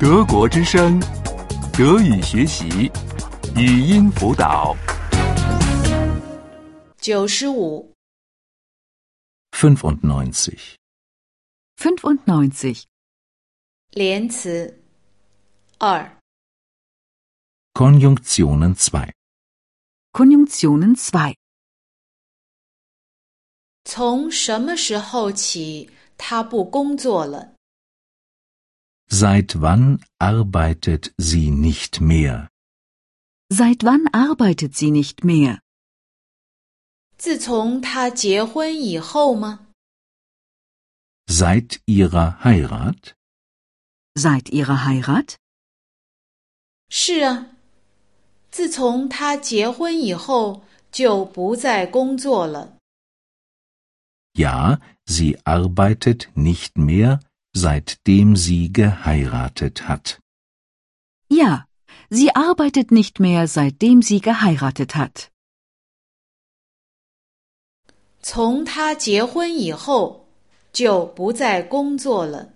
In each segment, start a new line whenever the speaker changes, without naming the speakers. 德国之声，德语学习，语音辅导。
九十五，
95.
95.
连词二
Konjunktionen 2.
Konjunktionen 2.
从什么时候起他不工作了？
Seit wann arbeitet sie nicht mehr?
Seit wann arbeitet sie nicht mehr?
自从他结婚以后吗？
Seit ihrer Heirat?
Seit ihrer Heirat?
是啊，自从他结婚以后就不再工作了。
Ja, sie arbeitet nicht mehr, seitdem sie geheiratet hat.
Ja, sie arbeitet nicht mehr, seitdem sie geheiratet hat.
从他结婚以后就不再工作了。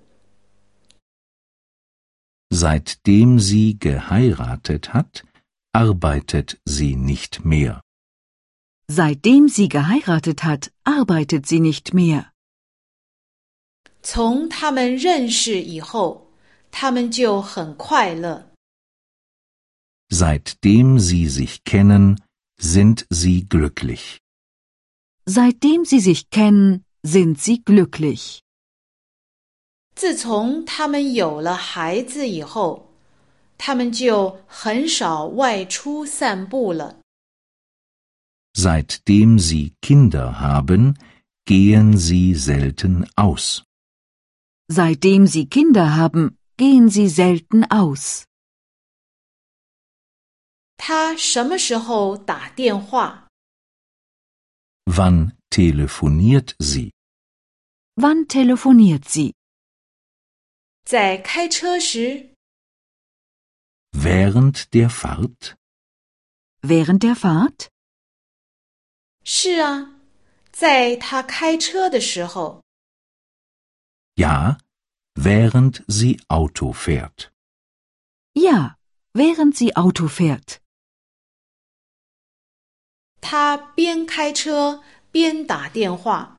Seitdem sie geheiratet hat, arbeitet sie nicht mehr.
Seitdem sie geheiratet hat, arbeitet sie nicht mehr.
从他们认识以后，他们就很快乐。
Seitdem sie sich kennen, sind sie glücklich.
Seitdem sie sich kennen, sind sie glücklich.
自从他们有了孩子以后，他们就很少外出散步了。
Seitdem sie Kinder haben, gehen sie selten aus.
Seitdem sie Kinder haben, gehen sie selten aus.
他什么时候打电话？
Wann telefoniert sie?
Wann telefoniert sie?
在开车时，
Während der Fahrt?
Während der Fahrt?
是啊，在他开车的时候，
Ja, während sie Auto fährt.
Ja, während sie Auto fährt.
他边开车边打电话。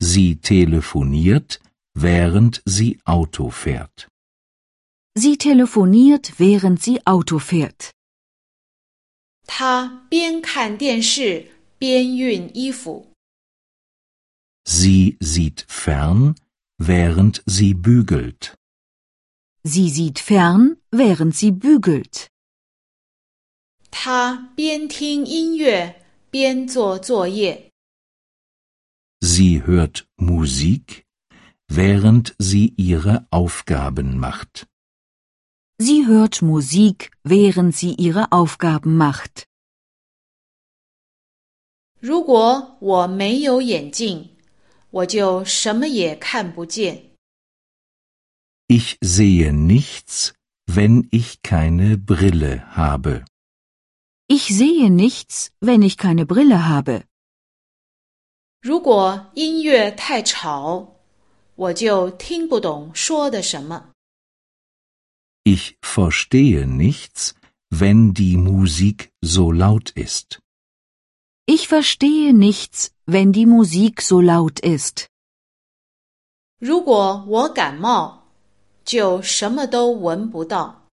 Sie telefoniert, während sie Auto fährt.
Sie telefoniert, während sie Auto fährt.
他边看电视边熨衣服。
Sie sieht fern, während sie bügelt.
Sie sieht fern, während sie bügelt.
他边听音乐边做作业。
Sie hört Musik, während sie ihre Aufgaben macht.
Sie hört Musik, während sie ihre Aufgaben macht.
如果我没有眼镜，我就什么也看不见。
Ich sehe nichts, wenn ich keine Brille habe.
Ich sehe nichts, wenn ich keine Brille habe.
如果音乐太吵，我就听不懂说的什么。
Ich verstehe nichts, wenn die Musik so laut ist.
Ich verstehe nichts, wenn die Musik so laut ist.
如果我感冒，就什么都闻不到。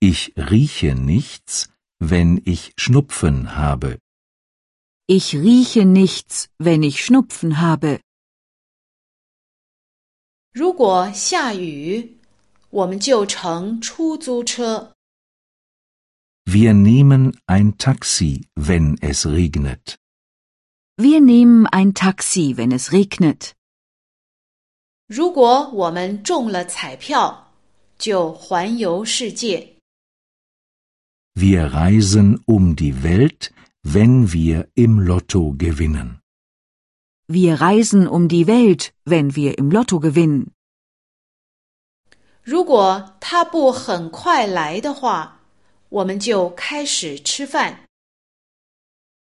Ich rieche nichts, wenn ich Schnupfen habe.
Ich rieche nichts, wenn ich Schnupfen habe.
如果下雨，我们就乘出租车。
Wir nehmen ein Taxi, wenn es regnet.
Wir nehmen ein Taxi, wenn es regnet.
如果我们中了彩票，就环游世界。
Wir reisen um die Welt, wenn wir im Lotto gewinnen.
Wir reisen um die Welt, wenn wir im Lotto gewinnen.
如果他不很快来的话，我们就开始吃饭。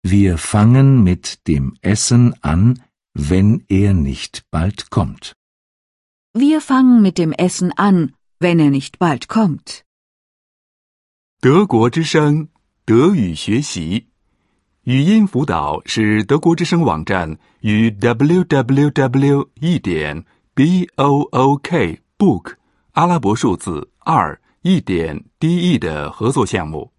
Wir fangen mit dem Essen an, wenn er nicht bald kommt.
Wir fangen mit dem Essen an, wenn er nicht bald kommt.
德国之声德语学习语音辅导是德国之声网站与 www. 一点 b o o k book 阿拉伯数字二一点 d e 的合作项目。